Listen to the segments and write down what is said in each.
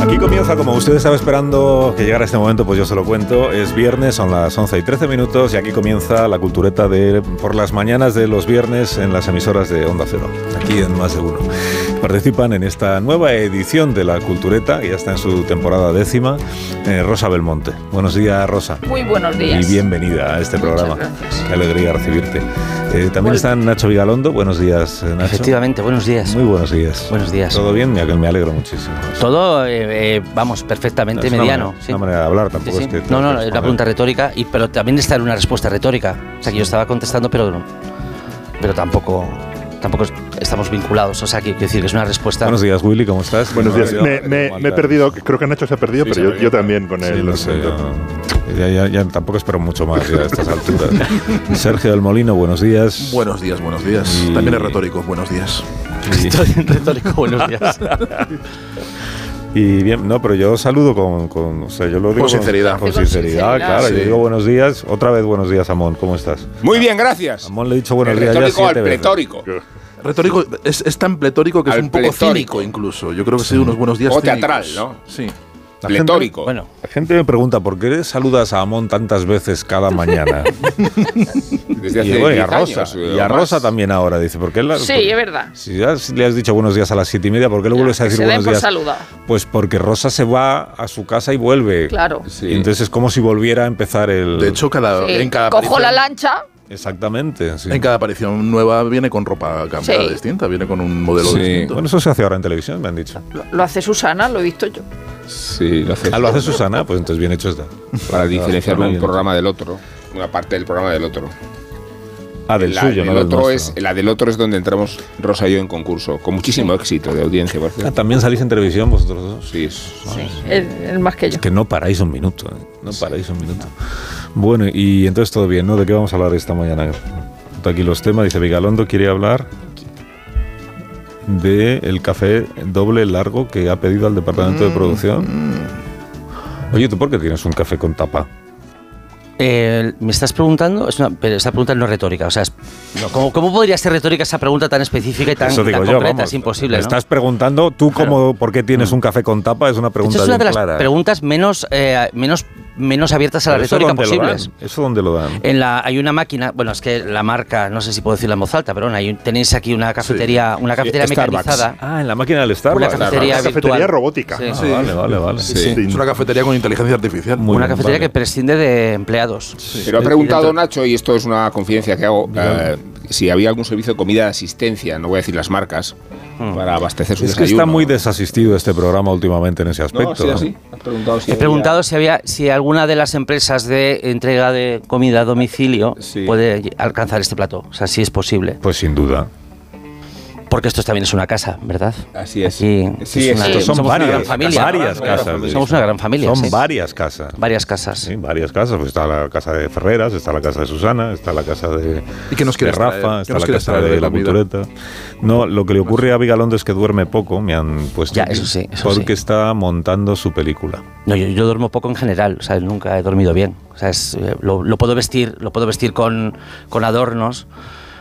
Aquí comienza, como ustedes estaban esperando que llegara este momento, pues yo se lo cuento. Es viernes, son las 11 y 13 minutos y aquí comienza la cultureta de por las mañanas de los viernes en las emisoras de Onda Cero, aquí en Más de Uno. Participan en esta nueva edición de la cultureta, que ya está en su temporada décima, eh, Rosa Belmonte. Buenos días, Rosa. Muy buenos días. Y bienvenida a este programa. gracias. Qué alegría recibirte. Eh, también está Nacho Vigalondo. Buenos días, eh, Nacho. Efectivamente, buenos días. Muy buenos días. Buenos días. ¿Todo bien? Me me alegro muchísimo. Todo, eh, eh, vamos, perfectamente Es una mediano. manera- sí. una manera de hablar, Sí, tampoco sí. es que- No, no, no, joder. es una pregunta retórica, y, pero también está en una respuesta retórica. O sea, que yo estaba contestando, pero, no- pero tampoco, tampoco es- estamos vinculados. O sea, que quiero decir que es una respuesta. Buenos días, Willy, ¿cómo estás? Buenos días. No, Me, no, me- no, me he no, perdido, creo que Nacho se ha perdido, Sí, se pero yo, perdió. yo también con Sí, él. no sé, yo- ya, ya- ya tampoco espero mucho más ya a estas alturas. Sergio del Molino, buenos días. Buenos días, buenos días. Y- También es retórico, buenos días. Estoy en retórico, buenos días. Y bien, no, pero yo saludo con, con- o sea, yo lo digo con- Con sinceridad. Con, Con sinceridad, sinceridad, claro. Yo sí. digo buenos días, otra vez buenos días, Amón, ¿cómo estás? Muy bien, gracias. Amón le he dicho buenos el días ya retórico al siete veces. pretórico. Retórico es, es tan pletórico que Al es un poco pletórico. cínico incluso. Yo creo que ha sido unos buenos días O cínicos. teatral, ¿no? Sí. La gente- Pletórico. Bueno, La gente me pregunta, ¿por qué saludas a Amón tantas veces cada mañana? desde hace y, bueno, y a 10 años, Rosa, eh, y a o más. Rosa también ahora, dice, ¿por qué la, Sí, por- es verdad. Si ya le has dicho buenos días a las siete y media, ¿por qué le vuelves a que decir se den buenos por días? saludado. Pues porque Rosa se va a su casa y vuelve. Claro. Sí. Y entonces es como si volviera a empezar el. De hecho, cada, Sí, en, cada Cojo aparición, la lancha. Exactamente. sí. en cada aparición nueva viene con ropa cambiada Sí. distinta, viene con un modelo Sí. distinto. Bueno, eso se hace ahora en televisión, me han dicho. Lo, lo hace Susana, lo he visto yo. Sí, lo hace. Ah, lo hace Susana, pues entonces bien hecho está. Para diferenciar Susana, un bien. programa del otro. Una parte del programa del otro. Ah, del la, suyo, del no del otro es, nuestro. la del otro es donde entramos Rosa y yo en concurso. Con muchísimo éxito de audiencia. por Ah, cierto. También salís en televisión vosotros dos. Sí, es- Ah, Él, él más que yo. Es que no paráis un minuto, eh. no paráis un minuto. Bueno, y entonces todo bien, ¿no? ¿De qué vamos a hablar esta mañana? Está aquí los temas, dice Vigalondo quiere hablar de el café doble largo que ha pedido al departamento Mm, de producción. Oye, ¿tú por qué tienes un café con tapa? eh, me estás preguntando, es una, pero esta pregunta no es retórica. O sea, es- no, ¿cómo, cómo podría ser retórica esa pregunta tan específica y tan, Eso tan digo yo, concreta? vamos. es imposible. Me ¿no? estás preguntando tú cómo, por qué tienes un café con tapa, es una pregunta Esa es bien una de las clara. ¿eh? preguntas menos, eh, menos, menos abiertas a la Pero retórica ¿Eso dónde lo posibles. dan? ¿Eso dónde lo dan? En la, hay una máquina, bueno, es que la marca, no sé si puedo decirla en voz alta, pero bueno, hay un- tenéis aquí una cafetería, una cafetería Starbucks. mecanizada. Ah, en la máquina del Una Starbucks. cafetería, Una virtual. cafetería robótica. Sí. Ah, vale, vale, vale. Sí. Sí, Es una cafetería con inteligencia artificial. Muy una bien, cafetería vale. que prescinde de empleados. Pero ha Sí. preguntado Nacho, y esto es una confidencia que hago, eh, si había algún servicio de comida de asistencia, no voy a decir las marcas, para Pues abastecer su Hmm. Es que está desayuno. muy desasistido este programa últimamente en ese aspecto. No, sí, así. Has preguntado si He había- preguntado si había, si alguna de las empresas de entrega de comida a domicilio Sí. puede ll- alcanzar este plato. O sea, si es posible. Pues sin duda. Eh, Porque esto también es una casa, ¿verdad? Así es. Aquí Sí, es es- una- estos son somos varias, una gran familia. varias Somos una gran casas, familia. Somos una gran familia. Son sí. varias casas. Varias casas. Sí, varias casas. Pues está la casa de Ferreras, está la casa de Susana, está la casa de, ¿Y qué nos de quieres Rafa, traer? ¿Qué está nos la quieres casa traer de, de la comida? cultureta. No, lo que le ocurre a Vigalondo es que duerme poco, me han puesto. Ya, aquí, eso sí, eso porque sí. está montando su película. No, yo, yo duermo poco en general, o sea, nunca he dormido bien. O sea, es, eh, lo, lo puedo vestir, lo puedo vestir con, con adornos,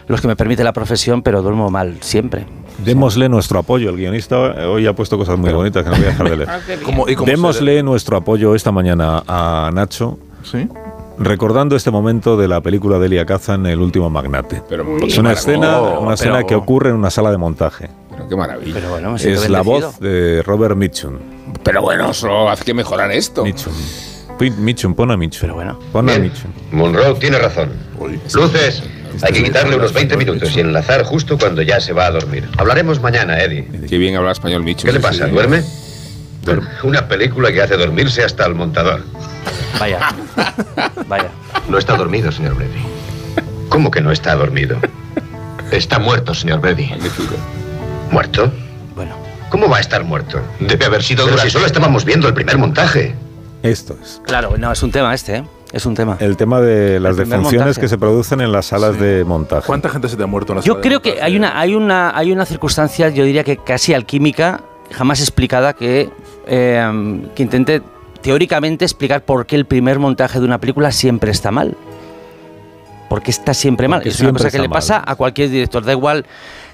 los que me permite la profesión, pero duermo mal siempre. Démosle nuestro apoyo. El guionista eh, hoy ha puesto cosas muy bonitas que no voy a dejar de leer. Ah, qué bien. ¿Cómo- y cómo se- Démosle nuestro apoyo esta mañana a Nacho, Sí. recordando este momento de la película de Elia Kazan, El último magnate. Pero Es qué una maravilla. escena, Oh, una escena pero- que ocurre en una sala de montaje. Pero qué maravilla. Pero bueno, me siento Es la bendecido. voz de Robert Mitchum. Pero bueno, solo hace que mejorar esto. Mitchum. Pi- Mitchum, pon a Mitchum. Pero bueno. Pon a Bien. Mitchum. Monroe tiene razón. Uy. Luces. Hay que quitarle unos 20 minutos y enlazar justo cuando ya se va a dormir. Hablaremos mañana, Eddie. Qué bien habla español, Michu. ¿Qué le Sí, pasa? sí. ¿Duerme? Una película que hace dormirse hasta el montador. Vaya. Vaya. No está dormido, señor Brady. ¿Cómo que no está dormido? Está muerto, señor Brady. Magnífico. ¿Muerto? Bueno. ¿Cómo va a estar muerto? Debe haber sido Pero si solo estábamos viendo el primer montaje. Esto es. Claro, no, es un tema este, ¿eh? Es un tema. El tema de las El primer defunciones montaje. que se producen en las salas de montaje. ¿Cuánta gente se te ha muerto en la Yo sala de creo que montaje? hay una, hay una, hay una circunstancia, yo diría que casi alquímica, jamás explicada, que, eh, que intente teóricamente explicar por qué el primer montaje de una película siempre está mal. Porque está siempre mal. Porque es una siempre cosa que está le mal. pasa a cualquier director. Da igual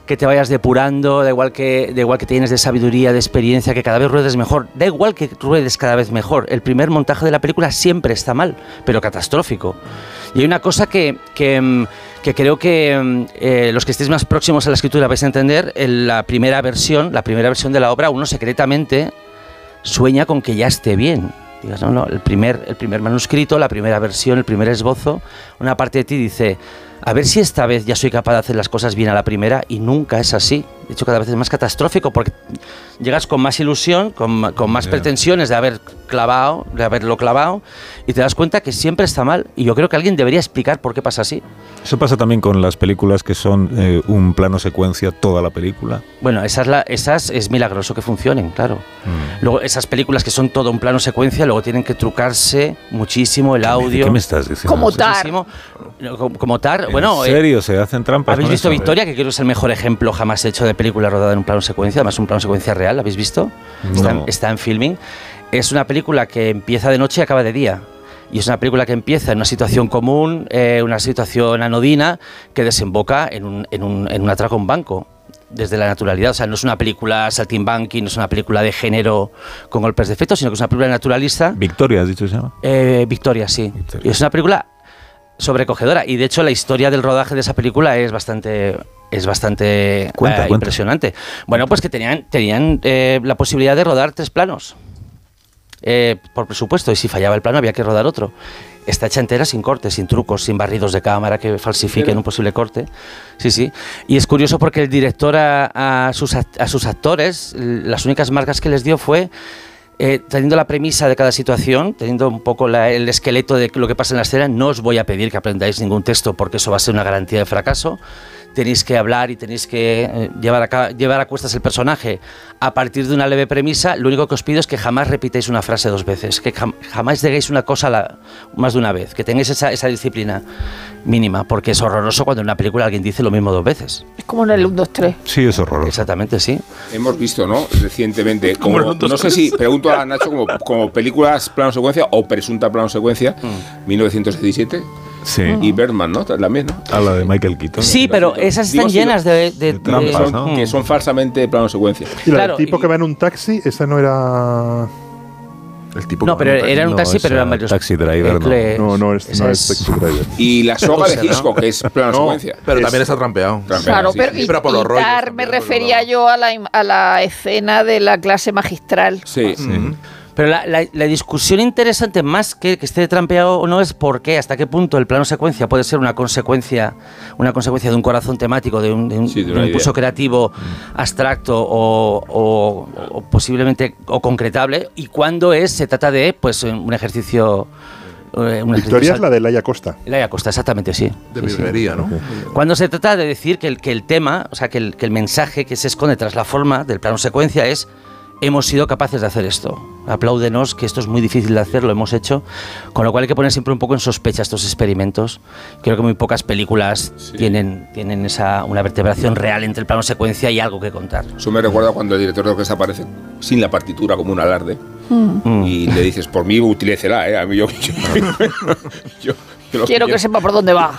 que te vayas depurando, da igual que, da igual que tienes de sabiduría, de experiencia, que cada vez ruedes mejor. Da igual que ruedes cada vez mejor. El primer montaje de la película siempre está mal, pero catastrófico. Y hay una cosa que, que, mm, que creo que mm, eh, los que estéis más próximos a la escritura vais a entender. En la primera versión, la primera versión de la obra, uno secretamente sueña con que ya esté bien. Digas, no, no, el primer, el primer manuscrito, la primera versión, el primer esbozo, una parte de ti dice, a ver si esta vez ya soy capaz de hacer las cosas bien a la primera y nunca es así. De hecho, cada vez es más catastrófico porque llegas con más ilusión, con, ma- con más pretensiones de haber clavado, de haberlo clavado y te das cuenta que siempre está mal. Y yo creo que alguien debería explicar por qué pasa así. Eso pasa también con las películas que son eh, un plano secuencia toda la película. Bueno, esas, la- esas es milagroso que funcionen, claro. Luego, esas películas que son todo un plano secuencia, luego tienen que trucarse muchísimo el audio. ¿Qué me estás diciendo? Como tal. muchísimo. No, como- Como tar, ¿En bueno, eh, serio? ¿Se hacen trampas? ¿habéis con visto eso? eh. Victoria? Que creo que es el mejor ejemplo jamás hecho de película rodada en un plano secuencia, además un plano secuencia real, ¿la ¿habéis visto? Está, en- No. está en filming. Es una película que empieza de noche y acaba de día. Y es una película que empieza en una situación común, eh, una situación anodina, que desemboca en un, en un, en un atraco a un banco. Desde la naturalidad, o sea, no es una película saltimbanqui, no es una película de género con golpes de efecto, sino que es una película naturalista Victoria, has dicho se llama. eh, Victoria, sí. Victoria. Y es una película sobrecogedora. Y de hecho, la historia del rodaje de esa película es bastante. Es bastante Cuenta, eh, cuenta. impresionante. Bueno, pues que tenían, tenían eh, la posibilidad de rodar tres planos. Eh, por presupuesto, y si fallaba el plano había que rodar otro. Está hecha entera sin cortes, sin trucos, sin barridos de cámara que falsifiquen un posible corte. Sí, sí. Y es curioso porque el director a, a sus, act- a sus actores, l- las únicas marcas que les dio fue eh, teniendo la premisa de cada situación, teniendo un poco la- el esqueleto de lo que pasa en la escena, no os voy a pedir que aprendáis ningún texto porque eso va a ser una garantía de fracaso. Tenéis que hablar y tenéis que eh, llevar, a, ca- llevar a cuestas el personaje a partir de una leve premisa. Lo único que os pido es que jamás repitáis una frase dos veces, que jam- jamás digáis una cosa a la- más de una vez, que tengáis esa, esa disciplina mínima, porque es horroroso cuando en una película alguien dice lo mismo dos veces. Es como en el 1, 2, 3. Sí, es horroroso. Exactamente, sí. Hemos visto, ¿no? Recientemente, Como como, los dos no sé tres. si, pregunto a Nacho como, como películas plano secuencia o presunta plano secuencia, 1917 Sí. y Bergman, ¿no? También, ¿no? A la de Michael Keaton. Sí, pero esas Digo, están si lo- llenas de, de- de trampas, de- Son- ¿no? Que son falsamente plano secuencia. Y la Claro, del tipo y- que va en un taxi, esa no era. El tipo No, que pero monta- era un No, taxi, pero esa eran varios. Taxi Driver, no. Eclairs. No, no, es, Esa no es- es Taxi Driver. Y la O soga de sea, ¿no? Hitchcock, que es plano No, secuencia. pero Es- también está trampeado. Trampeado. Claro, sí, pero, sí. y, Pero por los y rollos Tar me también, refería por los yo a la, im- a la escena de la clase magistral. Sí. Mm. Pero la, la- la discusión interesante, más que que esté trampeado o no, es por qué, hasta qué punto el plano secuencia puede ser una consecuencia, una consecuencia de un corazón temático, de un, de un- Sí, de de una un idea. Mm. impulso creativo abstracto o, o- o posiblemente o concretable, y cuándo es, se trata de pues un ejercicio. eh, un Victoria ejercicio es la de Laia Costa. Laia Costa, exactamente, sí. De Sí, sí. virguería, ¿no? Cuando se trata de decir que el, que el tema, o sea, que el, que el mensaje que se esconde tras la forma del plano secuencia es hemos sido capaces de hacer esto. Apláudenos, que esto es muy difícil de hacer, lo hemos hecho. Con lo cual hay que poner siempre un poco en sospecha estos experimentos. Creo que muy pocas películas tienen, tienen esa, una vertebración real entre el plano secuencia y algo que contar. Eso me recuerda cuando el director de orquesta aparece sin la partitura como un alarde Mm. y le dices, por mí utilicela, ¿eh? A mí yo, yo, yo- yo lo Quiero que sepa por dónde va.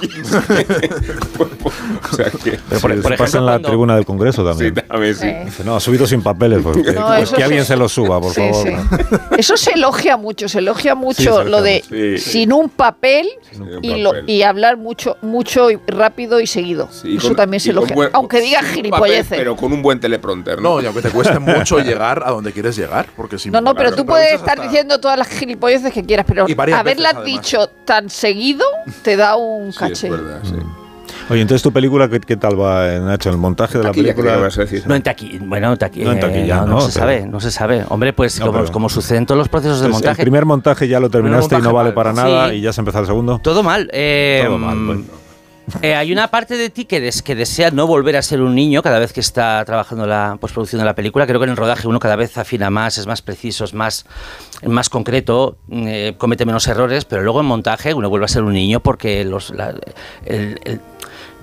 O sea que... Pero por- por, por pasa ejemplo, en la cuando- tribuna del Congreso Sí, también. también, sí. Sí. Dice, no, ha subido sin papeles. Pues, que- No, pues eso que sí. alguien se lo suba, por Eh, Sí, favor. sí. ¿no? Eso se elogia mucho, se elogia se mucho elogia lo de mucho. Sí. sin un papel un y, lo- papel. y hablar mucho, mucho y rápido y seguido. Sí, y Eso con- también se y con elogia. buen- Aunque diga sin papel, gilipolleces. Pero con un buen teleprompter, ¿no? No, y aunque te cueste mucho llegar a donde quieres llegar, porque si No, no, pero Claro, tú pero puedes eso es estar hasta- diciendo todas las gilipolleces que quieras, pero Y varias haberlas veces, además. dicho tan seguido te da un Sí, es caché. verdad, sí. Oye, Oye, entonces tu película, ¿qué, qué tal va, eh, Nacho? ¿El montaje de la Taquilla, película? Este creo que vas a decir. No en taquilla, bueno, taqui- No en taquilla, eh, no, no ¿no? se Pero- sabe, no se sabe. Hombre, pues No, como, pero- como sucede en todos los procesos de Entonces, montaje, El primer montaje ya lo terminaste y montaje no vale mal. para nada Sí. y ya se empezó el segundo. todo mal. eh, Todo mal, pues. eh, hay una parte de ti que, des- que desea no volver a ser un niño cada vez que está trabajando la postproducción de la película. Creo que en el rodaje uno cada vez afina más, es más preciso, es más, más concreto, eh, comete menos errores, pero luego en montaje uno vuelve a ser un niño porque los, la- el- el-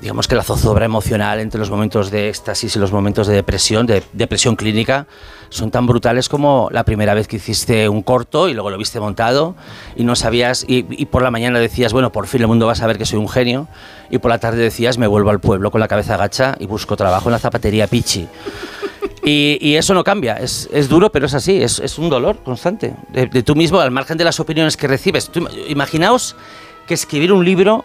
digamos que la zozobra emocional entre los momentos de éxtasis y los momentos de depresión, de depresión clínica, son tan brutales como la primera vez que hiciste un corto y luego lo viste montado y no sabías, y, y por la mañana decías, bueno, por fin el mundo va a saber que soy un genio, y por la tarde decías, me vuelvo al pueblo con la cabeza gacha y busco trabajo en la zapatería Pichi. Y, y eso no cambia, es, es duro, pero es así, es, es un dolor constante. De, de tú mismo, al margen de las opiniones que recibes. Tú ima- imaginaos que escribir un libro,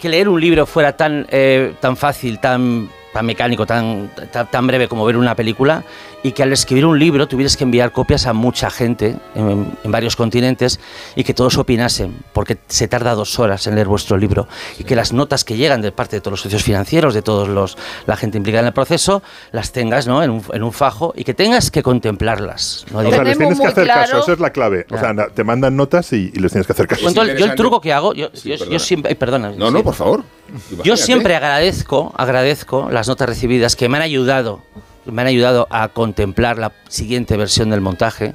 que leer un libro fuera tan, eh, tan fácil, tan, tan mecánico, tan, tan, tan breve como ver una película, y que al escribir un libro tuvieras que enviar copias a mucha gente en, en varios continentes y que todos opinasen, porque se tarda dos horas en leer vuestro libro, y que las notas que llegan de parte de todos los socios financieros, de todos los la gente implicada en el proceso, las tengas ¿no? en, un, en un fajo y que tengas que contemplarlas. ¿no? O sea, les Tenemos tienes que muy hacer claro- caso, esa es la clave. O Claro. sea, na- te mandan notas y, y les tienes que hacer caso. Bueno, Cuento el- yo el interesante. truco que hago, yo, Sí, yo- yo perdona. siempre, ay, perdona, No, sí. no, por favor. yo Imagínate. siempre agradezco, agradezco las notas recibidas que me han ayudado, me han ayudado a contemplar la siguiente versión del montaje.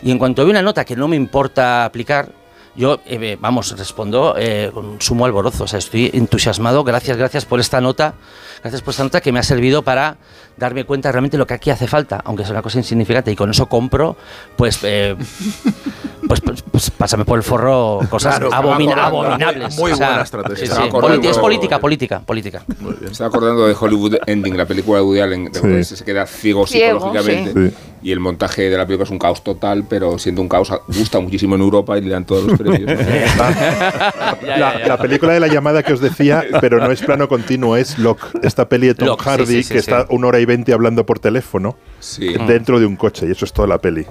Y en cuanto veo una nota que no me importa aplicar, yo, eh, eh, vamos, respondo eh, con sumo alborozo. O sea, estoy entusiasmado. Gracias, gracias por esta nota. Gracias por esta nota que me ha servido para darme cuenta realmente lo que aquí hace falta, aunque sea una cosa insignificante. Y con eso compro, pues, eh, pues, pues, pues, pásame por el forro cosas Claro, abomin- claro, claro. abominables. Muy o sea, buena estrategia. sí, sí. Estaba acordando- Politi- Es política, política, política. Me estaba acordando de Hollywood Ending, la película de Woody Allen, de Sí. que se queda ciego, Ciego, psicológicamente. sí. Sí. Y el montaje de la película es un caos total, pero siendo un caos gusta muchísimo en Europa y le dan todos los premios. ¿no? Ya, la, ya, ya. la película de la llamada que os decía, pero no es plano continuo, es Locke. Esta peli de Tom Locke, sí, Hardy sí, sí, que sí. está una hora y veinte hablando por teléfono Sí. dentro de un coche y eso es toda la peli.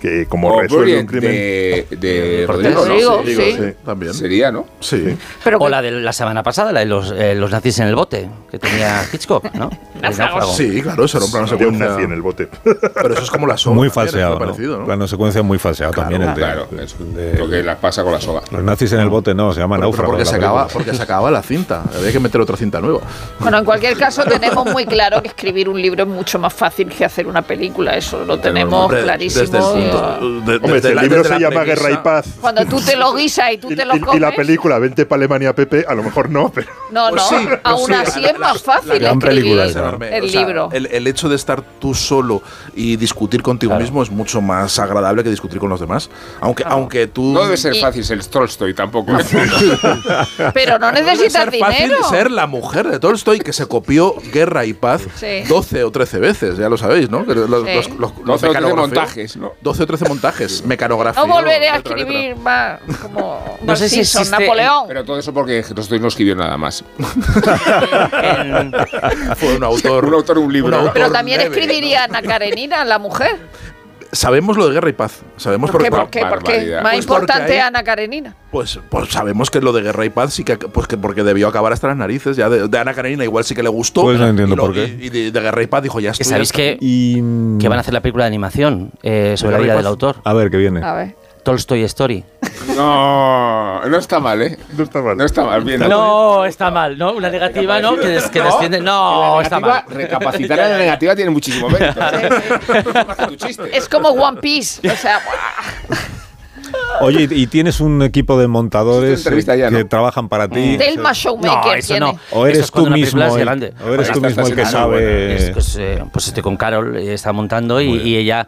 Que como Oh, O resuelve un Brilliant crimen. de, de Rodrigo, Rodrigo, ¿no? Rodrigo, Digo, sí. sí. También. Sería, ¿no? Sí. Pero O la de la semana pasada, la de los, eh, los nazis en el bote, que tenía Hitchcock, ¿no? El náufrago. Ah, Sí, claro, será un plano Había un nazi secuencia. en el bote. Pero eso es como la sombra. Muy también, es falseado. lo ¿no? parecido, ¿no? Plano secuencia muy falseado también. el de- Claro, es lo que la pasa con la soga. Los nazis en el bote no, se llama Pero- pero náufrago. porque, la se acaba, película. porque se acaba la cinta. Había que meter otra cinta nueva. Bueno, en cualquier caso tenemos muy claro que escribir un libro es mucho más fácil que hacer una película, eso lo tenemos Hombre, Oh, clarísimo. Desde el punto. de- Hombre, desde si el la- libro desde se la llama Guerra y premisa- Paz. Cuando tú te lo guisas y tú Y, te lo y- comes. y la película, vente para Alemania, Pepe, a lo mejor no, pero No, no, Pues sí, pues aún sí, así la- es la- más fácil la gran escribir película esa. enorme. el O sea, libro. El, el hecho de estar tú solo y discutir contigo mismo es mucho más agradable que discutir con los demás. Aunque, aunque tú. No debe ser Y- fácil ser Tolstoy tampoco. ¿eh? Pero no debe necesitas ser fácil dinero. ser la mujer de Tolstoy que se copió Guerra y Paz Sí. 12 o 13 veces, ya lo sabéis, ¿no? Que Los, los- los- los- los 12 o 13 mecanografías- montajes, ¿no? 12 o 13 montajes, mecanografía. No volveré a otra letra. escribir más como No sé si Narciso, existe- Napoleón. Pero todo eso porque Tolstoy no escribió nada más. En- Fue un autor. Un autor, un libro, ¿no? Pero también leve, escribiría Ana Karenina, la mujer. Sabemos lo de Guerra y Paz. Sabemos ¿Por qué? por- ¿Por qué? ¿Por qué? barbaridad. Más Pues porque importante ahí- Ana Karenina. Pues, pues sabemos que lo de Guerra y Paz sí que, pues que porque debió acabar hasta las narices. Ya de, de Ana Karenina igual sí que le gustó. Pues no entiendo y por qué. Y, y de, de Guerra y Paz dijo ya que estoy. sabéis que, Y, mm, que van a hacer la película de animación eh, sobre la vida del autor, A ver, que viene. A ver. Tolstoy Story. No, no está mal, ¿eh? no está mal. No está mal, bien. No, está mal, ¿no? Una negativa, ¿no? Que, des- que desciende. No, La está negativa, mal. Recapacitar en la negativa tiene muchísimo mérito. Es como One Piece. O sea, ¡buah! Oye, y y tienes un equipo de Esta montadores entrevista eh, ya, que ¿no? trabajan para ti. Telma No, Showmaker eso tiene. no. O Eso eres es cuando tú una mismo. película es el- grande. O eres tú Esta mismo el que está Es- sabe. pues, eh, pues estoy con Carol, eh, está montando y, y ella.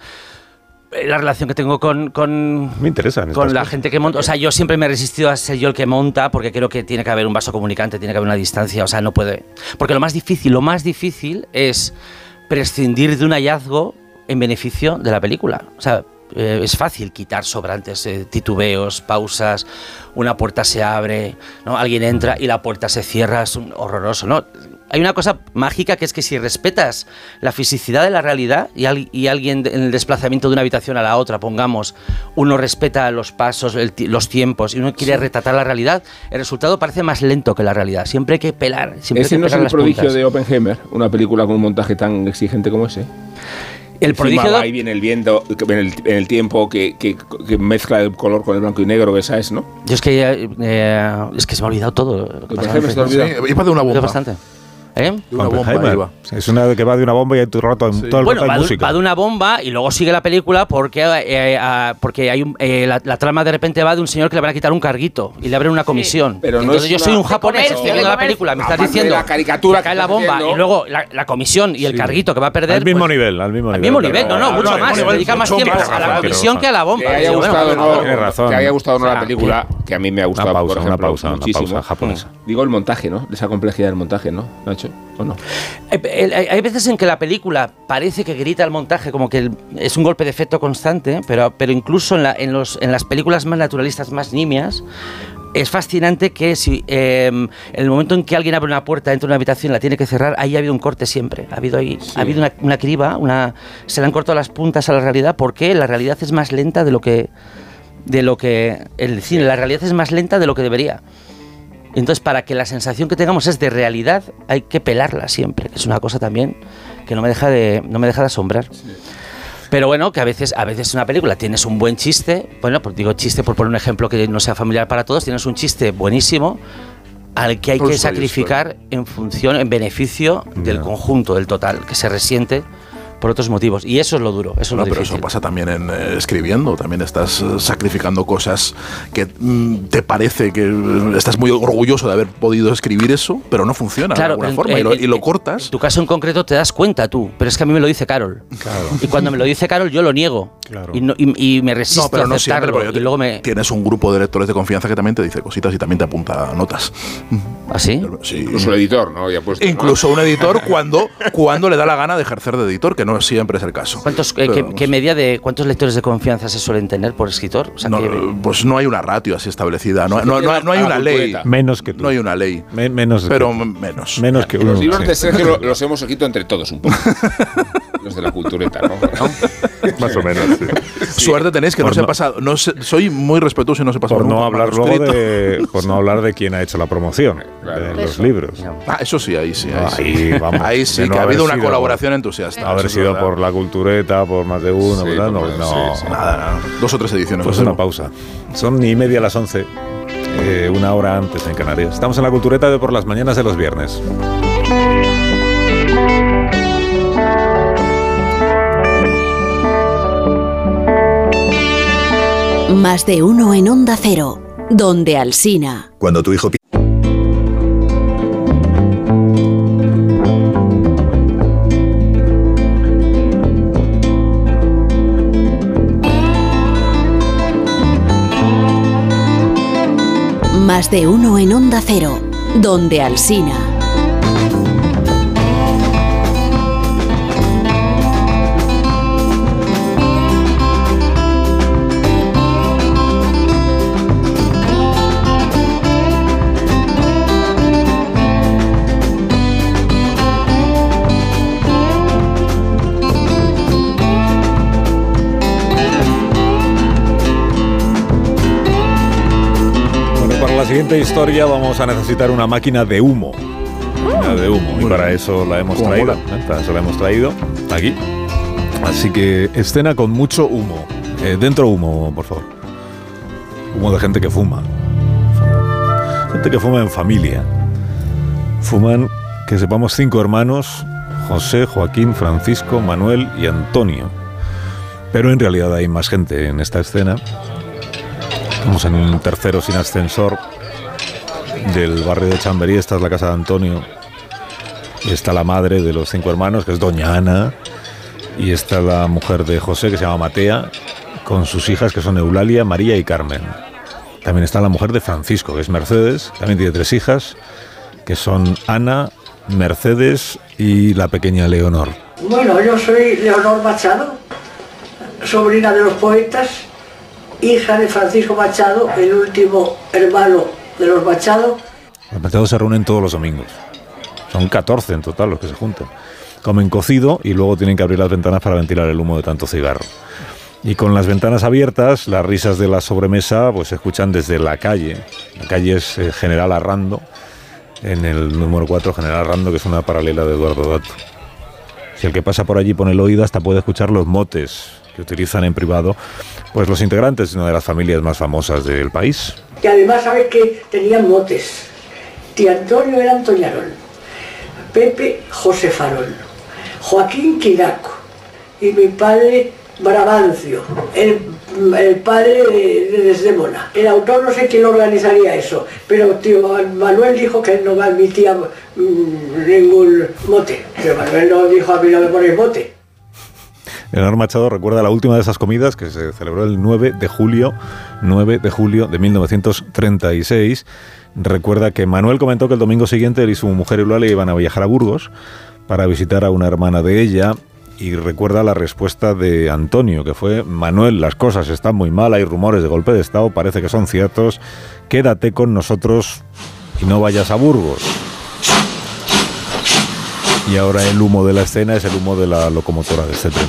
eh, La relación que tengo con- con, Me interesan. Con estas la cosas. gente que monta. O sea, yo siempre me he resistido a ser yo el que monta porque creo que tiene que haber un vaso comunicante, tiene que haber una distancia. O sea, no puede. Porque lo más difícil, lo más difícil es prescindir de un hallazgo en beneficio de la película. O sea, eh, es fácil quitar sobrantes, eh, titubeos, pausas, una puerta se abre, ¿no? alguien entra y la puerta se cierra, es un horroroso, ¿no? Hay una cosa mágica que es que si respetas la fisicidad de la realidad y, al- y alguien de- en el desplazamiento de una habitación a la otra, pongamos, uno respeta los pasos, el ti- los tiempos y uno quiere retratar la realidad, el resultado parece más lento que la realidad. Siempre hay que pelar, siempre hay Ese que no es pegar el las prodigio puntas. de Oppenheimer, una película con un montaje tan exigente como ese. El prodigio de- ahí viene el viento, en el, en el tiempo que, que- que mezcla el color con el blanco y negro, esa es, ¿no? Yo es que eh, eh, es que se me ha olvidado todo. Por ejemplo, se te Sí, olvida. iba de una Olvidado bomba. bastante. ¿Eh? De una bomba Oppenheimer. iba. Es una que va de una bomba y hay todo el rato, todo el Bueno, rato va hay de, música. va de una bomba y luego sigue la película porque, eh, ah, porque hay un- eh, la, la trama de repente va de un señor que le van a quitar un carguito y le abren una comisión. Pero no Entonces es yo una- soy un de japonés comercio, estoy viendo de la película, me estás Aparte de diciendo la caricatura que cae que la estás bomba haciendo. y luego la, la comisión y el carguito que va a perder. al mismo pues, nivel, al mismo Al nivel. mismo nivel, no, Pero- no, mucho al mismo más. Se nivel, dedica más mucho tiempo a la Rafa, comisión que a la bomba. Que haya Digo, bueno, gustado, bueno, no, Tienes razón. que haya gustado no O sea, eh, la película, que a mí me ha Una gustado, pausa, por ejemplo, una pausa, una muchísimo. pausa japonesa. Digo el montaje, ¿no? Esa complejidad del montaje, ¿no, Nacho? ¿O no? Eh, eh, Hay hay veces en que la película parece que grita el montaje, como que el- es un golpe de efecto constante, pero, pero incluso en, la- en los- en las películas más naturalistas, más nimias, es fascinante que si eh, en el momento en que alguien abre una puerta dentro de una habitación y la tiene que cerrar, ahí ha habido un corte siempre. Ha habido, ahí, ha habido una, una criba, una, se le han cortado las puntas a la realidad porque la realidad es más lenta de lo que, de lo que el cine, la realidad es más lenta de lo que debería. Entonces, para que la sensación que tengamos es de realidad, hay que pelarla siempre. que Es una cosa también que no me deja de, no me deja de asombrar. Pero bueno, que a veces, a veces una película tienes un buen chiste, bueno, pues digo chiste por poner un ejemplo que no sea familiar para todos, tienes un chiste buenísimo al que hay Por que supuesto. sacrificar en función, en beneficio del Ya. conjunto, del total, que se resiente por otros motivos. Y eso es lo duro, eso es No, lo pero difícil. eso pasa también en eh, escribiendo, también estás eh, sacrificando cosas que mm, te parece que eh, estás muy orgulloso de haber podido escribir eso, pero no funciona de alguna en- forma y, en- lo, y lo en- En cortas. tu caso en concreto te das cuenta tú, pero es que a mí me lo dice Carol. Y cuando me lo dice Carol yo lo niego. Claro. Y, no- y- y me resisto No, pero a no siempre, aceptarlo. porque yo te- y luego me... tienes un grupo de lectores de confianza que también te dice cositas y también te apunta notas. ¿Así? Sí. Incluso el editor, ¿no? Ya puesto, ¿no? Incluso un editor cuando, cuando le da la gana de ejercer de editor, que no siempre es el caso. ¿Cuántos, eh, Pero qué, vamos. qué media de cuántos lectores de confianza se suelen tener por escritor? O sea, No, que- pues no hay una ratio así establecida, no, no- no- no hay A la una ley. cultureta. Menos que tú. No hay una ley. Me- menos que Pero tú. menos. Menos que uno. Los libros sí. de Sergio lo- los hemos escrito entre todos un poco. los de la cultureta, ¿no? Más o menos, sí. Pues Suerte tenéis que Por no se ha no- pasado. No se- soy muy respetuoso y no se pasó Por nunca no un hablar luego manuscrito. de, por no hablar de quién ha hecho la promoción Claro. de los libros. Ah, eso sí, ahí sí. Ahí, Ahí, sí. vamos, Ahí de sí, no que ha haber habido una sido- colaboración entusiasta. Haber eso es sido verdad. por la cultureta, por más de uno, Sí, ¿verdad? No, por- no. sí, sí. Nada, nada. Dos o tres ediciones. Pues no sé. una pausa. Son y media las once, eh, una hora antes en Canarias. Estamos en la cultureta de por las mañanas de los viernes. Más de uno en Onda Cero, donde Alsina. Cuando tu hijo pi- Más de uno en Onda Cero, donde Alsina. Bueno, para la siguiente historia vamos a necesitar una máquina de humo. Máquina de humo. Y para eso la hemos Cómo traído. mola. ¿eh? Para eso la hemos traído aquí. Así que escena con mucho humo. Eh, dentro humo, por favor. Humo de gente que fuma. Gente que fuma en familia. Fuman, que sepamos, cinco hermanos. José, Joaquín, Francisco, Manuel y Antonio. Pero en realidad hay más gente en esta escena. Estamos en un tercero sin ascensor del barrio de Chamberí. Esta es la casa de Antonio. Y está la madre de los cinco hermanos, que es Doña Ana. Y está la mujer de José, que se llama Matea, con sus hijas, que son Eulalia, María y Carmen. También está la mujer de Francisco, que es Mercedes. También tiene tres hijas, que son Ana, Mercedes y la pequeña Leonor. Bueno, yo soy Leonor Machado, sobrina de los poetas, hija de Francisco Machado, el último hermano de los Machado. Los Machados se reúnen todos los domingos. Son 14 en total los que se juntan. Comen cocido y luego tienen que abrir las ventanas para ventilar el humo de tanto cigarro. Y con las ventanas abiertas, las risas de la sobremesa pues, se escuchan desde la calle. La calle es eh, General Arrando, en el número 4 General Arrando, que es una paralela de Eduardo Dato. Si el que pasa por allí pone el oído, hasta puede escuchar los motes que utilizan en privado pues los integrantes de una de las familias más famosas del país. que además sabes que tenían motes. Tío Antonio era Antoñarol, Pepe José Farol, Joaquín Quiraco y mi padre Brabancio, el, el padre de, de Desdémona. El autor no sé quién organizaría eso, pero tío Manuel dijo que no admitía mm, ningún mote. Tío Manuel no dijo a mí no me ponéis mote. Leonor Machado recuerda la última de esas comidas que se celebró el 9 de julio, 9 de julio de 1936. Recuerda que Manuel comentó que el domingo siguiente él y su mujer Eulalia iban a viajar a Burgos para visitar a una hermana de ella. Y recuerda la respuesta de Antonio, que fue, Manuel, las cosas están muy mal, hay rumores de golpe de Estado, parece que son ciertos, quédate con nosotros y no vayas a Burgos. Y ahora el humo de la escena es el humo de la locomotora de este tren.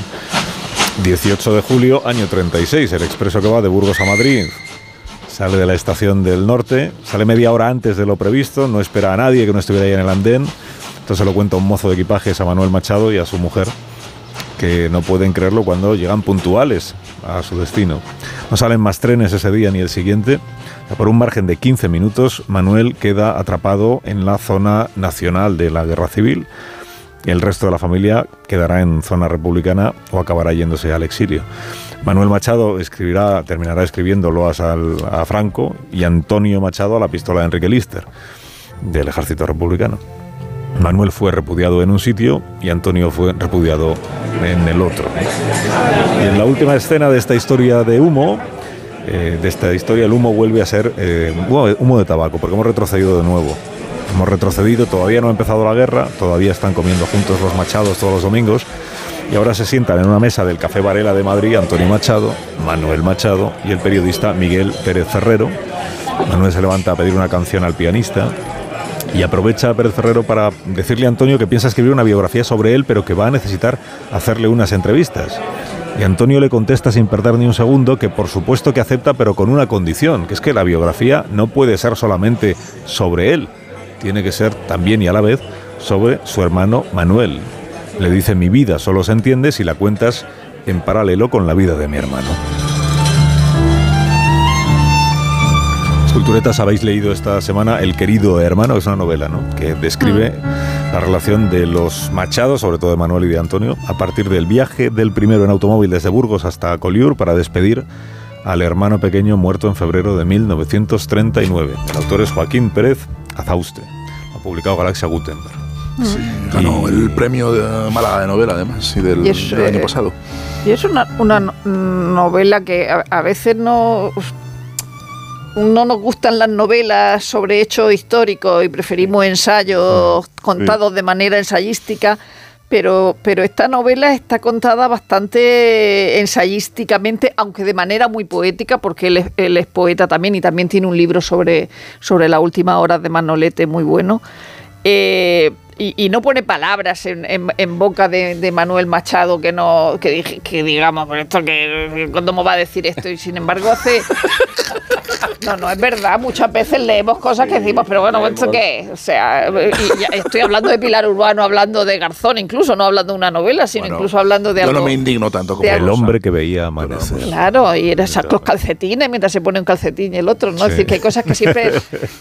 18 de julio, año 36, el expreso que va de Burgos a Madrid. Sale de la estación del norte, sale media hora antes de lo previsto, no espera a nadie que no estuviera ahí en el andén. Entonces se lo cuenta un mozo de equipajes a Manuel Machado y a su mujer, que no pueden creerlo cuando llegan puntuales a su destino. No salen más trenes ese día ni el siguiente. Por un margen de 15 minutos, Manuel queda atrapado en la zona nacional de la guerra civil. El resto de la familia quedará en zona republicana o acabará yéndose al exilio. Manuel Machado escribirá, terminará escribiendo loas al- a Franco y Antonio Machado a la pistola de Enrique Lister, del ejército republicano. Manuel fue repudiado en un sitio y Antonio fue repudiado en el otro. Y en la última escena de esta historia de humo, eh, de esta historia, el humo vuelve a ser eh, humo- humo de tabaco, porque hemos retrocedido de nuevo. Hemos retrocedido, todavía no ha empezado la guerra, todavía están comiendo juntos los machados todos los domingos. Y ahora se sientan en una mesa del Café Varela de Madrid Antonio Machado, Manuel Machado y el periodista Miguel Pérez Ferrero. Manuel se levanta a pedir una canción al pianista y aprovecha a Pérez Ferrero para decirle a Antonio que piensa escribir una biografía sobre él, pero que va a necesitar hacerle unas entrevistas. Y Antonio le contesta sin perder ni un segundo que por supuesto que acepta, pero con una condición, que es que la biografía no puede ser solamente sobre él, tiene que ser también y a la vez sobre su hermano Manuel. Le dice mi vida solo se entiende si la cuentas en paralelo con la vida de mi hermano. Culturetas habéis leído esta semana El querido hermano, que es una novela, ¿no? Que describe la relación de los machados, sobre todo de Manuel y de Antonio, a partir del viaje del primero en automóvil desde Burgos hasta Collioure para despedir al hermano pequeño muerto en febrero de 1939. El autor es Joaquín Pérez Azauste. Lo ha publicado Galaxia Gutenberg. Ah. Ganó el premio de Málaga de novela, además, y del, Y es, del año eh, pasado. Y es una, una no- novela que a, a veces no, no nos gustan las novelas sobre hechos históricos y preferimos ensayos contados de manera ensayística. Pero, pero esta novela está contada bastante ensayísticamente, aunque de manera muy poética, porque él es, él es poeta también y también tiene un libro sobre, sobre las últimas horas de Manolete muy bueno. Eh, y, y no pone palabras en, en- en boca de, de Manuel Machado que no que, dije- que digamos, por esto que cómo va a decir esto y sin embargo hace no no es verdad muchas veces leemos cosas que decimos pero bueno esto qué es? o sea y ya estoy hablando de Pilar Urbano hablando de Garzón incluso no hablando de una novela sino Bueno, incluso hablando de Yo algo no me indigno tanto como de Rosa. El hombre que veía a Manuel. Claro, y era sacar los calcetines mientras se pone un calcetín y el otro, ¿no? Es Sí. decir, que hay cosas que siempre...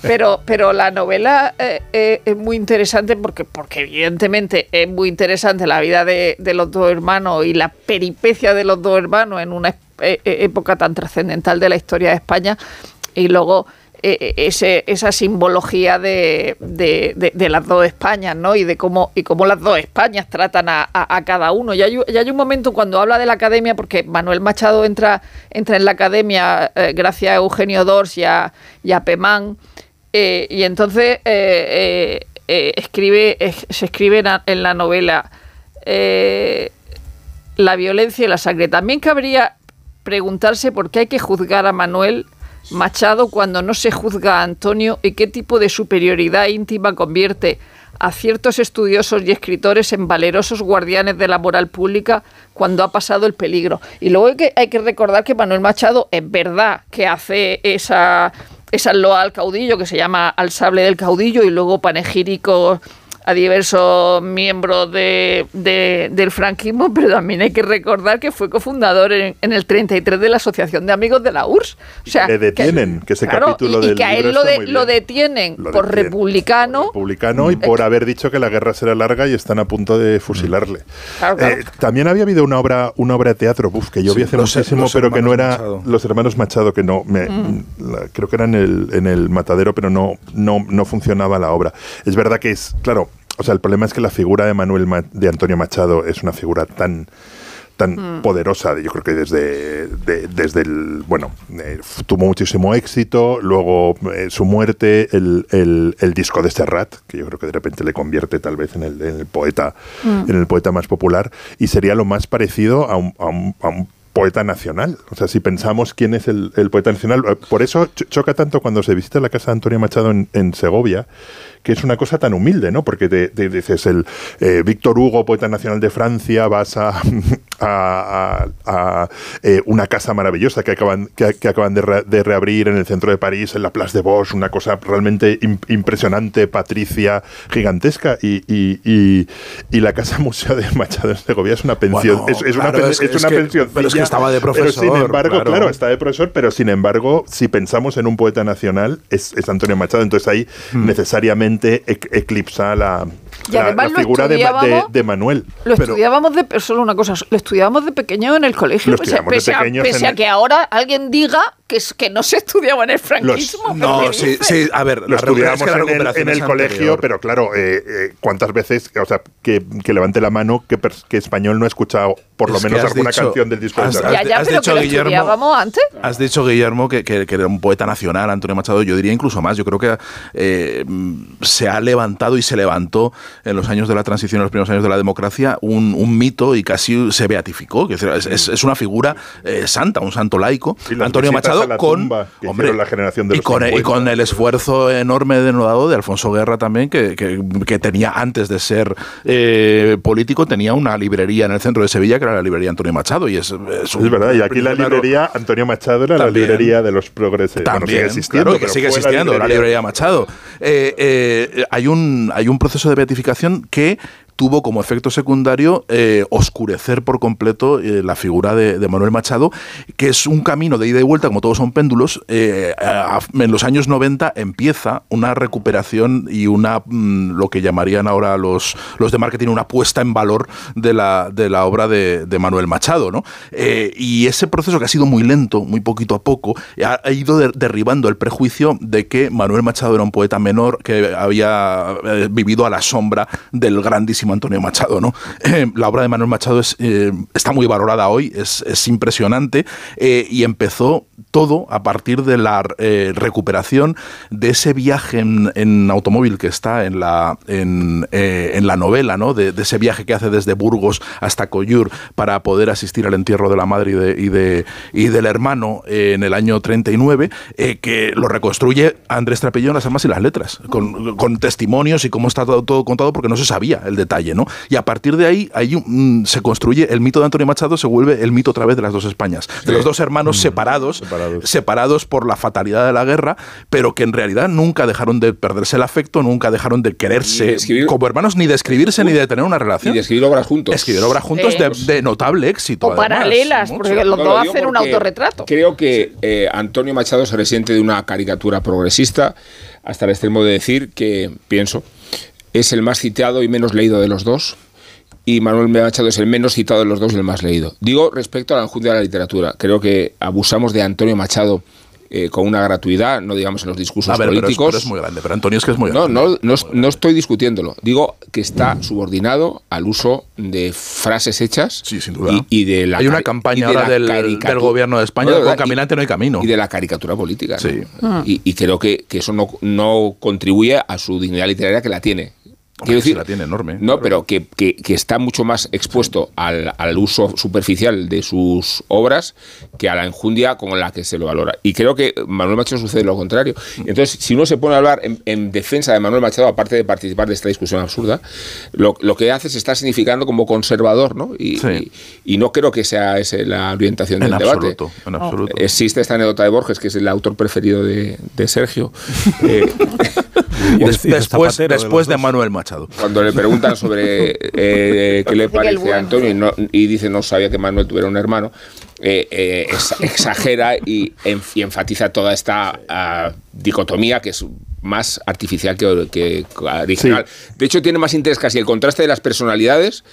Pero, pero la novela eh, eh, es muy interesante porque, porque evidentemente es muy interesante la vida de, de los dos hermanos y la peripecia de los dos hermanos en una eh, eh, época tan trascendental de la historia de España y luego eh, eh, ese, esa simbología de, de- de- de las dos Españas, ¿no? Y de cómo, y cómo las dos Españas tratan a, a- a cada uno. Y hay, un- y hay un momento cuando habla de la academia, porque Manuel Machado entra, entra en la academia eh, gracias a Eugenio Dors y a, y a Pemán, eh, y entonces eh, eh, eh, escribe, es- se escribe en la, en la novela. eh, la violencia y la sangre. También cabría preguntarse por qué hay que juzgar a Manuel Machado cuando no se juzga a Antonio y qué tipo de superioridad íntima convierte a ciertos estudiosos y escritores en valerosos guardianes de la moral pública cuando ha pasado el peligro. Y luego hay que, hay que recordar que Manuel Machado es verdad que hace esa, esa loa al caudillo que se llama Al sable del caudillo y luego panegírico a diversos miembros de, de- del franquismo, pero también hay que recordar que fue cofundador en, en el 33 de la Asociación de Amigos de la URSS. O sea, le detienen, que ese capítulo y, y del que a libro él lo, está de- muy bien. lo detienen Lo por detienen. republicano. Mm. republicano y por haber dicho que la guerra será larga y están a punto de fusilarle. Claro, claro. Eh, también había habido una obra, una obra de teatro, buf, que yo Sí, vi hace Los Her- muchísimo, Los pero que no era Hermanos Machado. Los Hermanos Machado, que no, me- Mm. la- creo que era en el, en el matadero, pero no, no, no funcionaba la obra. Es verdad que es, claro, o sea, el problema es que la figura de Manuel Ma- de Antonio Machado es una figura tan Mm. tan poderosa, yo creo que desde, de- desde el, bueno, eh, tuvo muchísimo éxito, luego eh, su muerte, el, el- el disco de Serrat, que yo creo que de repente le convierte tal vez en el, en el poeta, en el poeta más popular, y sería lo más parecido a un, a un- a un poeta nacional. O sea, si pensamos quién es el, el poeta nacional, eh, por eso cho- choca tanto cuando se visita la casa de Antonio Machado en, en Segovia, que es una cosa tan humilde, ¿no? Porque te, te dices, el eh, Víctor Hugo, poeta nacional de Francia, vas a, a- a- a, eh, una casa maravillosa que acaban, que, que acaban de, re- de reabrir en el centro de París, en la Place de Bosch, una cosa realmente im- impresionante, patricia, gigantesca, y, y- y- y la casa museo de Machado en Segovia es una pensión, Bueno, es, es una, claro, pen- es que- es una es que- pensioncilla, pero es que estaba de pero sin profesor, embargo, claro. claro, está de profesor, pero sin embargo, si pensamos en un poeta nacional, es, es Antonio Machado. Entonces ahí necesariamente ec- eclipsa la, Y la- además la lo figura de, Ma- de- estudiábamos- de Manuel. Lo Pero- estudiábamos de pe- solo una cosa, lo estudiábamos de pequeño en el colegio, Lo pese, estudiamos de pese a, pequeños pese en a el- que ahora alguien diga que, es- que no se estudiaba en el franquismo. pero No, ¿qué sí, dices? sí, a ver, lo la recuperación- estudiamos es que la en el- en, recuperación el es colegio, anterior. pero claro, eh, eh, ¿cuántas veces, o sea, que, que levante la mano que, pers- que español no ha escuchado por lo Es que menos has alguna dicho- canción del disco? de has- Serrat? Ya, ya, has pero que dicho, lo Guillermo- estudiábamos antes. Has dicho, Guillermo, que, que- que era un poeta nacional, Antonio Machado. Yo diría incluso más. Yo creo que eh, mm, se ha levantado y se levantó en los años de la transición, en los primeros años de la democracia, un, un mito y casi se beatificó. Quiero decir, Es, es- es una figura eh, santa, un santo laico. Y las Antonio visitas a Machado la con. tumba que hicieron la generación de y, los con e, y 50. con el esfuerzo enorme denodado de Alfonso Guerra también, que, que- que tenía antes de ser eh, político, tenía una librería en el centro de Sevilla, que era la librería Antonio Machado. Y es, es un- Es verdad, y aquí la claro, librería, Antonio Machado era También. la librería de los progreses. Bueno, También, sigue existiendo, claro, que pero sigue fue la existiendo la librería, librería Machado. Eh, eh, hay, un, hay un proceso de beatificación que tuvo como efecto secundario eh, oscurecer por completo eh, la figura de, de Manuel Machado, que es un camino de ida y vuelta, como todos son péndulos. Eh, a- a- en los años 90 empieza una recuperación y una mm, lo que llamarían ahora los, los de marketing, una puesta en valor de la, de la obra de, de Manuel Machado. ¿no? Eh, y ese proceso que ha sido muy lento, muy poquito a poco, ha, ha ido der- derribando el prejuicio de que Manuel Machado era un poeta menor que había eh, vivido a la sombra del grandísimo Antonio Machado. ¿no? Eh, la obra de Manuel Machado es, eh, está muy valorada hoy, es, es impresionante eh, y empezó todo a partir de la eh, recuperación de ese viaje en, en automóvil que está en la, en, eh, en la novela, ¿no? de, de ese viaje que hace desde Burgos hasta Coyur para poder asistir al entierro de la madre y, de- y de- y del hermano eh, en el año 39, eh, que lo reconstruye Andrés Trapellón, las armas y las letras, con, con testimonios y cómo está todo, todo contado, porque no se sabía el detalle. ¿no? Y a partir de ahí, ahí mm, se construye el mito de Antonio Machado, se vuelve el mito otra vez de las dos Españas, de los dos Mm, hermanos separados, separados, por la fatalidad de la guerra, pero que en realidad nunca dejaron de perderse el afecto, nunca dejaron de Y de quererse escribir- como hermanos, ni de escribirse, ni de tener una Y relación. de escribir obras juntos. Escribir obras juntos Eh, de, de notable éxito. O además, paralelas, mucho. porque los No, dos lo digo hacen un porque autorretrato. Creo que eh, Antonio Machado se resiente de una caricatura progresista hasta el extremo de decir que, pienso, es el más citado y menos leído de los dos. Y Manuel Machado es el menos citado de los dos y el más leído. Digo respecto a la enjundia de la literatura. Creo que abusamos de Antonio Machado eh, con una gratuidad, no digamos en los discursos A ver, pero es, políticos. pero es muy grande. Pero Antonio es que es muy No, grande. no, no, no estoy discutiéndolo. Digo que está subordinado al uso de frases hechas. Sí, sin duda. Y, y de la Hay una cari- campaña y de ahora la del- caricatura- del gobierno de España, de con verdad, y- caminante no hay camino. Y de la caricatura política. ¿no? Sí. Y, y creo que, que eso no, no contribuye a su dignidad literaria que la tiene. Quiero decir, se la tiene enorme. No, pero que, que- que está mucho más expuesto al, al uso superficial de sus obras que a la enjundia con la que se lo valora. Y creo que Manuel Machado sucede lo contrario. Mm. Entonces, si uno se pone a hablar en, en defensa de Manuel Machado, aparte de participar de esta discusión absurda, lo, lo que hace se está significando como conservador, ¿no? Y, y- y no creo que sea esa la orientación En del debate. absoluto, en absoluto. Existe esta anécdota de Borges, que es el autor preferido de, de Sergio. Eh, Des- después después de, Manuel Machado. cuando le preguntan sobre eh, eh, qué le Dice que el parece bueno. a Antonio y, no- y dice no sabía que Manuel tuviera un hermano, eh, eh, ex- exagera y, enf- y enfatiza toda esta ah, dicotomía que es más artificial que, que original. De hecho, tiene más interés casi el contraste de las personalidades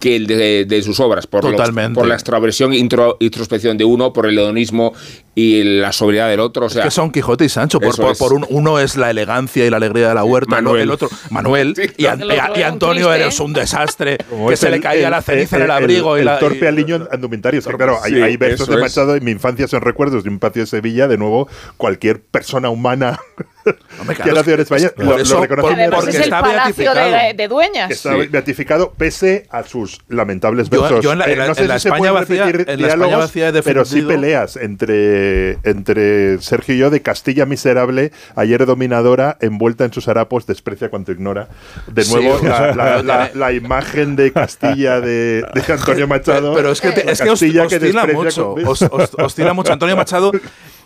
que el de, de sus obras, por, lo- Mm. Totalmente. por la extraversión e intro- introspección de uno, por el hedonismo y la sobriedad del otro. O sea, que son Quijote y Sancho. Por, Eso por- es. por un- uno es la elegancia y la alegría de la huerta, el- Manuel. el otro Manuel Sí, y, An- eh, el otro y- era y un Antonio triste. eres un desastre Como que es se le el- caía la ceniza en el abrigo el, y la- torpe y- al niño andumentario. Es que, claro, hay, Sí, hay versos eso de es. Machado de mi infancia son recuerdos de un patio de Sevilla. De nuevo, cualquier persona humana Hombre, que ha claro, nacido en España por lo, lo eso, reconoce por- Además inmediatamente. porque es el está palacio de, beatificado. de dueñas. que está beatificado pese a sus lamentables Yo- versos. Eh, yo en la- en la- en la España pueden vacía- repetir en la España diálogos, vacía he defendido- pero sí peleas entre, entre Sergio y yo de Castilla miserable, ayer dominadora, envuelta en sus harapos, desprecia cuanto ignora. De nuevo, Sí, eh, la, la- claro, la- tiene- la imagen de Castilla de, de Antonio Machado. Pero es que, te- la es que os- Castilla que oscila desprecia mucho. con- os- os- oscila mucho. Antonio Machado,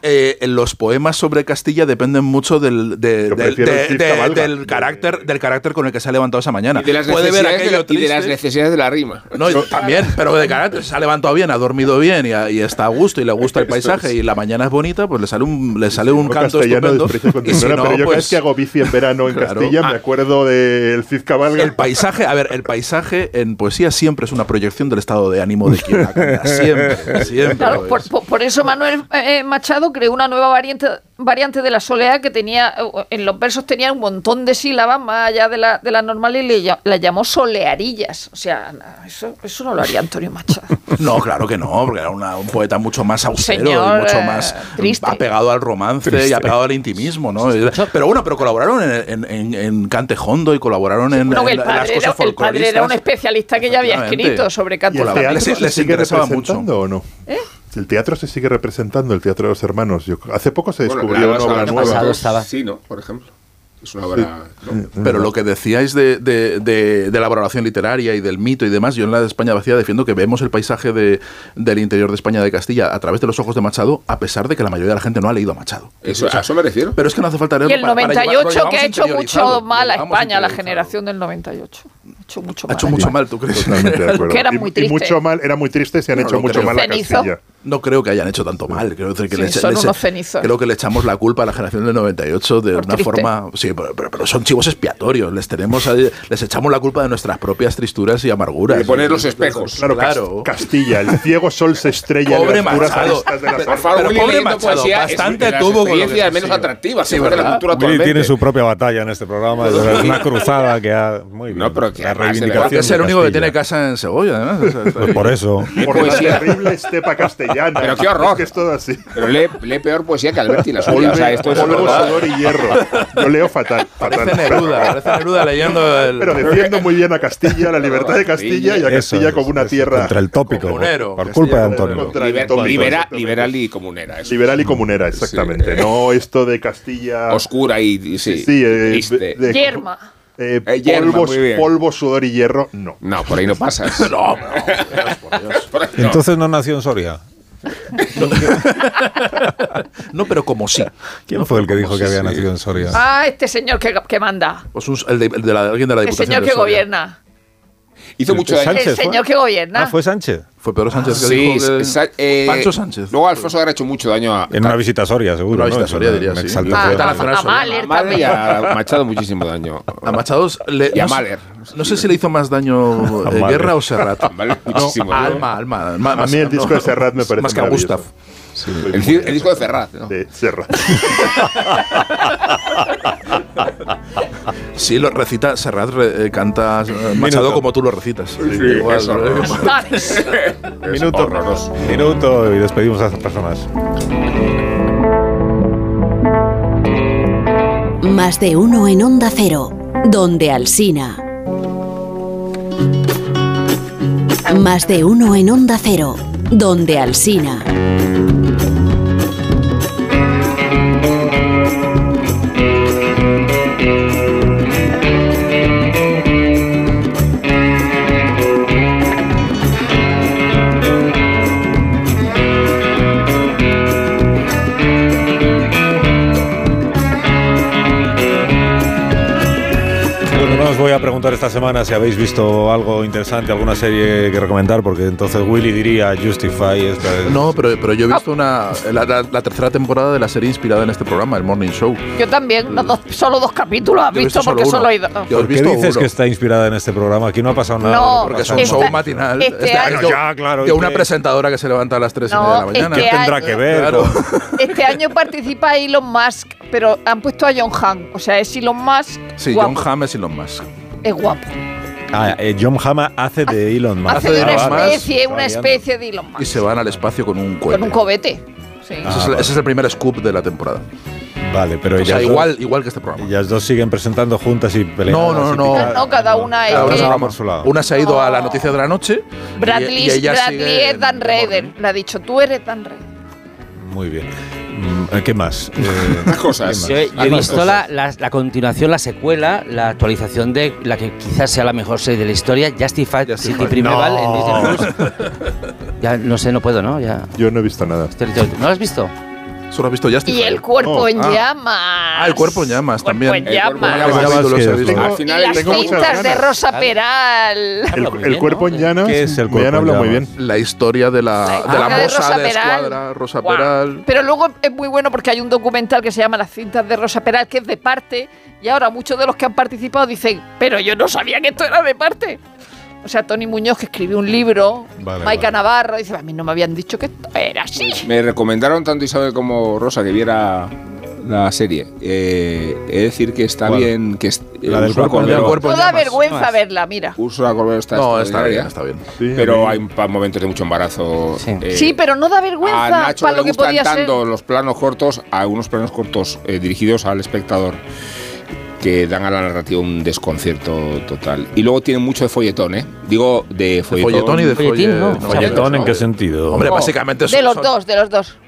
eh, en los poemas sobre Castilla dependen mucho del, de- del, Yo prefiero de- el Cid de- Cabalga. del carácter, del carácter con el que se ha levantado esa mañana. y de las Puede ver necesidades de aquello la- y de las triste. necesidades de la rima. No, y también, pero de carácter. Se ha levantado bien, ha dormido bien y, ha- y está a gusto y le gusta el paisaje y la mañana es bonita, pues le sale un, le sale un con canto castellano estupendo. desprecia cuanto Y si ignora, no, pero yo cada pues, vez que hago bici en verano en Claro. Castilla Ah. me acuerdo del Cid Cabalga. el paisaje, a ver, el paisaje en poesía siempre es una proyección del estado de ánimo de quien la canta. Siempre, siempre. Claro, lo por, es. por- por eso Manuel eh, Machado creó una nueva variante, variante de la soleá que tenía, eh, en los versos tenía un montón de sílabas más allá de la, de la normal y le llam- la llamó solearillas. O sea, na- eso, eso no lo haría Antonio Machado. No, claro que no, porque era una- un poeta mucho más austero señor, y mucho eh, más triste. apegado al romance y apegado al intimismo, ¿no? Pero bueno, pero colaboraron en, en- en- en Cantejondo y colaboraron en, Bueno, que en el la- en las padre, era, cosas el padre era un folcloristas. especialista que ya había Efectivamente. escrito sobre ¿Y el Hola, canto. teatro les- se les sigue interesaba representando mucho. o no? El teatro se sigue representando, el teatro de los hermanos. Yo- hace poco se Bueno, descubrió la una obra Basada nueva. pasado Basada estaba. Sí, ¿no? Por ejemplo. Es una obra. ¿no? Pero lo que decíais de, de- de- de la valoración literaria y del mito y demás, yo en la de España vacía defiendo que vemos el paisaje de- del interior de España de Castilla a través de los ojos de Machado, a pesar de que la mayoría de la gente no ha leído a Machado. Eso, a eso me refiero. Pero es que no hace falta Y leerlo el para- para llevar- lo 98 que llevamos ha hecho interiorizado, mucho lo mal a llevamos España, la interiorizado. generación del 98. Ha hecho mucho Ha mal. hecho a mucho España. mal, ¿tú crees? Totalmente de acuerdo. Que era Y- muy Y triste. mucho mal, era muy triste, se han No, hecho lo mucho creo. mal a Cenizo. Castilla. No creo que hayan hecho tanto mal. Creo que, le- Sí, son le- unos cenizos. creo que le echamos la culpa a la generación del 98 de Por una triste. forma. Sí, pero, pero- pero son chivos expiatorios. Les tenemos ahí- les echamos la culpa de nuestras propias tristuras y amarguras. Le poner los espejos. Claro, Cas- Claro. Castilla, el ciego sol se estrella Pobre en las puras Machado. aristas de las Por favor, Pero Willy pobre leyendo Machado, poesía es bastante de las tuvo con lo experiencias que menos consiguió. atractivas Sí, es de la ¿verdad? cultura Willy actualmente. tiene su propia batalla en este programa, es verdad, es una cruzada que ha... Muy bien, No, pero que la además, de reivindicación verdad, Porque es el de único que Castilla. tiene casa en Segovia, además. O sea, está Pues bien. por eso. por la Poesía. terrible estepa castellana. Pero qué horror. Es que es todo así. Pero lee, lee peor poesía que Alberti la suya. O sea, Polvo, esto es polvo, verdad. sudor y hierro. Yo leo fatal. fatal. Parece Neruda, parece Neruda leyendo el. Pero defiendo muy bien a Castilla, la libertad de Castilla y a Eso Castilla es, como una es tierra Contra el tópico. Comunero, por Castilla culpa de contra- Antonio. contra el Liber- tópico. libera- Exactamente. liberal y comunera. eso. Liberal y comunera, exactamente. Sí. No esto de Castilla. Oscura y. y Sí, Sí, eh, triste. de- Yerma. eh, Eh, yerma, polvos- muy bien. polvo, sudor y hierro, no. No, por ahí no pasas. No, no, Dios, por Dios. Por ahí no. Entonces no nació en Soria. No, pero como sí. ¿Quién fue el que dijo que había nacido en Soria? Ah, este señor que, que manda. Pues un- el de, el de la, alguien de la El Diputación. señor de que Soria. gobierna. Hizo mucho daño. Sánchez El fue. señor que gobierna. Ah, fue Sánchez. Fue Pedro Sánchez que Sí, dijo que- Sa- eh, Pancho Sánchez. Luego Alfonso Agra ha hecho mucho daño a. En una visita a Soria, seguro. Una ¿no? visita a Es Soria, una- diría, una sí. Ah, exaltación. Tal- a- a Mahler a Mahler y también. a Machado muchísimo daño. A Machados le, Y a no sé- Mahler. No sé si le hizo más daño A eh, Mahler. Guerra o Serrat. A Mahler muchísimo, a ¿no? Alma, Alma. Alma, A mí el disco de Serrat me parece Más que a Gustav. maravilloso. El, ci- el disco de Ferraz. ¿no? De Serrat. Sí, lo recita. Serrat re- eh, canta eh, Machado como tú lo recitas. Igual, eso, ¿no? eso. Tares. Minuto. Minuto y despedimos a esas personas. Más de uno en Onda Cero. Donde Alsina. Más de uno en Onda Cero. Donde Alsina. Bueno, no os voy a preguntar esta semana si habéis visto algo interesante, alguna serie que recomendar, porque entonces Willy diría Justify. Esta es- No, pero, pero yo he visto una, la, la- la tercera temporada de la serie inspirada en este programa, el Morning Show. Yo también, los dos- solo dos capítulos has Yo he visto, visto solo porque uno. solo he ido. Yo he ¿Por qué visto dices uno. que está inspirada en este programa? Aquí no ha pasado nada. No, lo que Porque es pasa. un Esta- show matinal. este Este año- año, ya, claro, Que una este- presentadora que se levanta a las 3 y No, media de la mañana. ¿Qué este tendrá año- que ver? Claro. con- Este año participa Elon Musk, pero han puesto a John Han. O sea, es Elon Musk. Sí, guapo. John Hamm es Elon Musk. Es guapo. Ah, eh, John Hama hace de Elon Musk. Hace de una Elon Musk, especie, una Está especie de Elon Y Musk. se Ah. van al espacio con un cohete. Con un cohete. Sí. Ese, es el, ese es el primer scoop de la temporada. liando. Vale, Ah, pero O sea, ellas, igual, igual que este programa. dos, ellas dos siguen presentando juntas y peleando. No, no, no. No, no, cada una es Cada una que- se va por su lado. Una se ha ido a la noticia de la noche. y- Bradley, y ella Bradley sigue Oh. es Dan en- Raider. Le ha dicho, tú eres Dan Raider. Muy bien. Mm, ¿Qué más? Eh, Más cosas. Yo, he- yo he Más visto la, cosas. la- la continuación, la secuela, la actualización de la que quizás sea la mejor serie de la historia, Justified, Justified. City Primeval en Disney Plus. Ya no sé, no puedo, ¿no? Ya. Yo no he visto nada. ¿No lo has visto? Solo has visto Justin. Y el cuerpo Oh, en ah. llamas. Ah, el cuerpo en llamas Cuerpo también. en El cuerpo en llamas. llamas. Ese capítulo Sí, se ha es visto. verdad. Al Y final las tengo muchas cintas de ganas. Rosa Claro. Peral. Habla muy El, el bien, cuerpo ¿no? en llamas. ¿Qué es el cuerpo Mañana en habla muy llamas? bien. La historia de la, Ah, de la la de moza Rosa de, Peral. escuadra, Rosa Guau. Peral. Pero luego es muy bueno porque hay un documental que se llama Las cintas de Rosa Peral, que es de parte, y ahora muchos de los que han participado dicen, pero yo no sabía que esto era de parte. O sea, Tony Muñoz, que escribió un libro, Vale, Maika vale. Navarro, dice, a mí no me habían dicho que esto era así. Me recomendaron tanto Isabel como Rosa que viera la serie. Eh, he de decir que está ¿Cuál? bien. Que es- eh, La del Úrsula cuerpo en Corbero- llamas. Cuerpo en Toda llamas. vergüenza Más. verla, mira. Úrsula Corbero está No, está bien, extraordinaria. está bien. Sí, a Pero mí- hay pa- momentos de mucho embarazo. Sí. eh, sí, pero no da A vergüenza Nacho para le lo que gustan podía ser. tanto los planos cortos, algunos planos cortos eh, dirigidos al espectador que dan a la narrativa un desconcierto total. Y luego tiene mucho de folletón, ¿eh? Digo, de folletón. Folletón y de Folletín, folle- ¿no? no, ¿Folletón en no, qué eh, sentido? Hombre, básicamente De son- los son- dos, de los dos.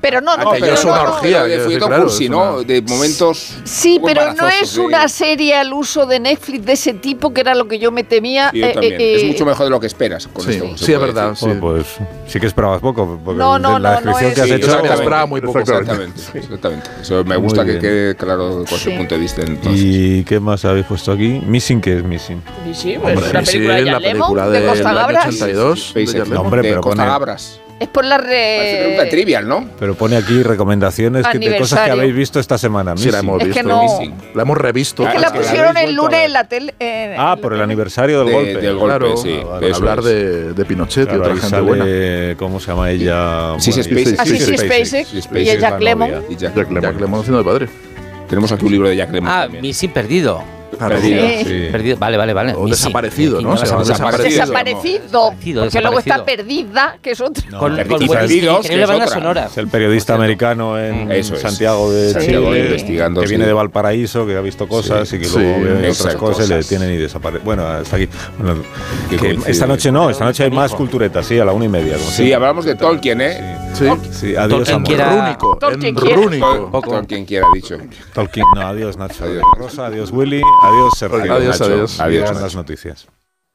Pero no, no, Aquello pero es no, una no. orgía, pero yo de sé, folletón claro, cursi, es ¿no? una- De momentos. Sí, un poco pero no embarazosos, es de- una serie al uso de Netflix de ese tipo que era lo que yo me temía. Sí, yo eh, también. eh, es eh, mucho mejor de lo que esperas. Con Sí, esto, se sí, es puede verdad. decir. Sí. Joder, pues sí que esperabas poco. Porque No, no, de la no, no descripción es- que has Sí, hecho. yo también esperaba muy poco. Exactamente. Exactamente, exactamente. Eso me gusta Muy que bien. quede claro con su Sí. punto de vista. Entonces. ¿Y qué más habéis puesto aquí? Missing, ¿qué es Missing? Sí, sí, pues Hombre, una sí, película de la Jan Lemmon, película de del Costa año Gabras. 82. de SpaceX, Jan ¿no? Lemmon. Hombre, de pero Costa pone- Gabras. Es por la Parece pregunta red. trivial, ¿no? Pero pone aquí recomendaciones que- de cosas que Aniversario. habéis visto esta semana. Sí, la Missing. hemos Es que visto. no- Ah, La hemos revisto. Es que Claro, la es que la pusieron habéis el vuelto a lunes ver. en la tele. eh, Ah, en por la el tele. aniversario del De- golpe. del golpe, Claro, sí. Ah, vale, para eso hablar es. de, de Pinochet Claro, y otra ahí gente sale, buena. ¿Cómo se llama ella? Sí, sí, Bueno, SpaceX. Ah, sí, sí, SpaceX. SpaceX. Sí, SpaceX Y es el la Jack novia. Lemmon. Y Jack- Jack Lemmon. Jack Lemmon haciendo de padre. Tenemos aquí un libro de Jack Lemmon. Ah, también. Missing Perdido. Claro. Perdido. Sí. Sí. Perdido. Vale, vale, vale. O Missing. desaparecido, Aquí ¿no? no Se llama desaparecido. Desaparecido. Desaparecido, Porque luego está desaparecido. perdida, que es otra. Con, No, con y buena- Perdidos, increíble que es banda otra. sonora. Es el periodista americano en Mm. Eso es. Santiago de Santiago, Chile, investigando, que sí. viene de Valparaíso, que ha visto cosas Sí. y que Sí, luego ve otras exacto. cosas y le Cosas. detienen y desaparece. Bueno, hasta aquí. Bueno, Que que coincide. esta noche no, esta noche hay más Hijo. culturetas, sí, a la una y media. como Sí, siempre. hablamos de Tolkien, ¿eh? Sí. Sí, adiós, Tolkien amor. quiera- Rúnico. Tolkien en quiere. Rúnico. Tolkien, Tolkien quiera dicho. Tolkien. No, adiós, Nacho. Adiós, Adiós. Rosa, adiós, Willy. Adiós, Sergio. Adiós, Nacho. adiós. Adiós, Adiós, las noticias.